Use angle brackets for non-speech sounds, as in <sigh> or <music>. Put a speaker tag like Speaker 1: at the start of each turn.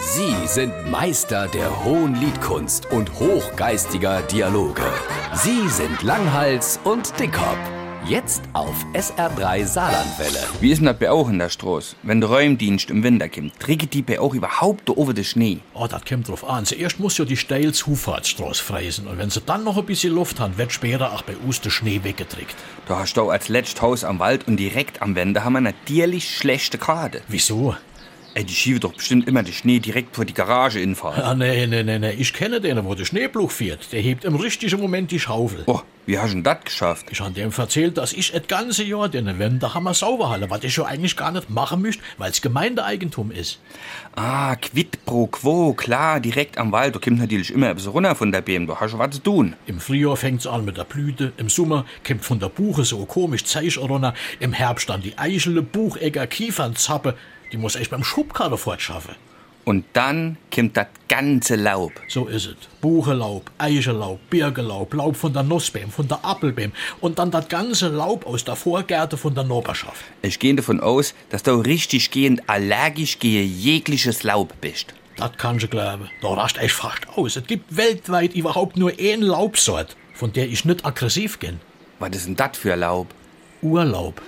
Speaker 1: Sie sind Meister der hohen Liedkunst und hochgeistiger Dialoge. Sie sind Langhals und Dickhop. Jetzt auf SR3 Saarlandwelle.
Speaker 2: Wie ist denn das bei euch in der Straße? Wenn der Räumdienst im Winter kommt, trägt die bei euch überhaupt da oben den Schnee?
Speaker 3: Ah, das kommt drauf an. Zuerst muss ja die Steils Hufahrtsstraße freisen. Und wenn sie dann noch ein bisschen Luft haben, wird später auch bei uns der Schnee weggetrickt.
Speaker 2: Da hast du als letztes Haus am Wald und direkt am Wende haben wir natürlich schlechte Karte.
Speaker 3: Wieso? <laughs>
Speaker 2: Ey, die schieben doch bestimmt immer den Schnee direkt vor die Garage
Speaker 3: <laughs>
Speaker 2: infahren.
Speaker 3: Ah, nee, nee, nee, nee. Ich kenne den, wo der Schneepluch fährt. Der hebt im richtigen Moment die Schaufel.
Speaker 2: Oh, wie hast du denn das geschafft?
Speaker 3: Ich habe dem erzählt, dass ich das ganze Jahr den Wendehammer sauber halte, was ich ja eigentlich gar nicht machen müsste, weil es Gemeindeeigentum ist.
Speaker 2: Ah, quid pro quo, klar, direkt am Wald. Da kommt natürlich immer etwas runter von der BM. Da hast du was zu tun.
Speaker 3: Im Frühjahr fängt's an mit der Blüte, im Sommer kommt von der Buche so ein komisch Zeich runter, im Herbst dann die Eichele, Buchegger, Kiefernzappe. Die muss ich beim Schubkarre fortschaffen.
Speaker 2: Und dann kommt das ganze Laub.
Speaker 3: So ist es. Buchenlaub, Eichenlaub, Birkenlaub, Laub von der Nussbeem, von der Appelbeem und dann das ganze Laub aus der Vorgärte von der Nachbarschaft.
Speaker 2: Ich gehe davon aus, dass du richtig gehend allergisch gegen jegliches Laub bist.
Speaker 3: Das kannst du glauben. Da rast ich fast aus. Es gibt weltweit überhaupt nur eine Laubsort, von der ich nicht aggressiv bin.
Speaker 2: Was ist denn das für Laub?
Speaker 3: Urlaub.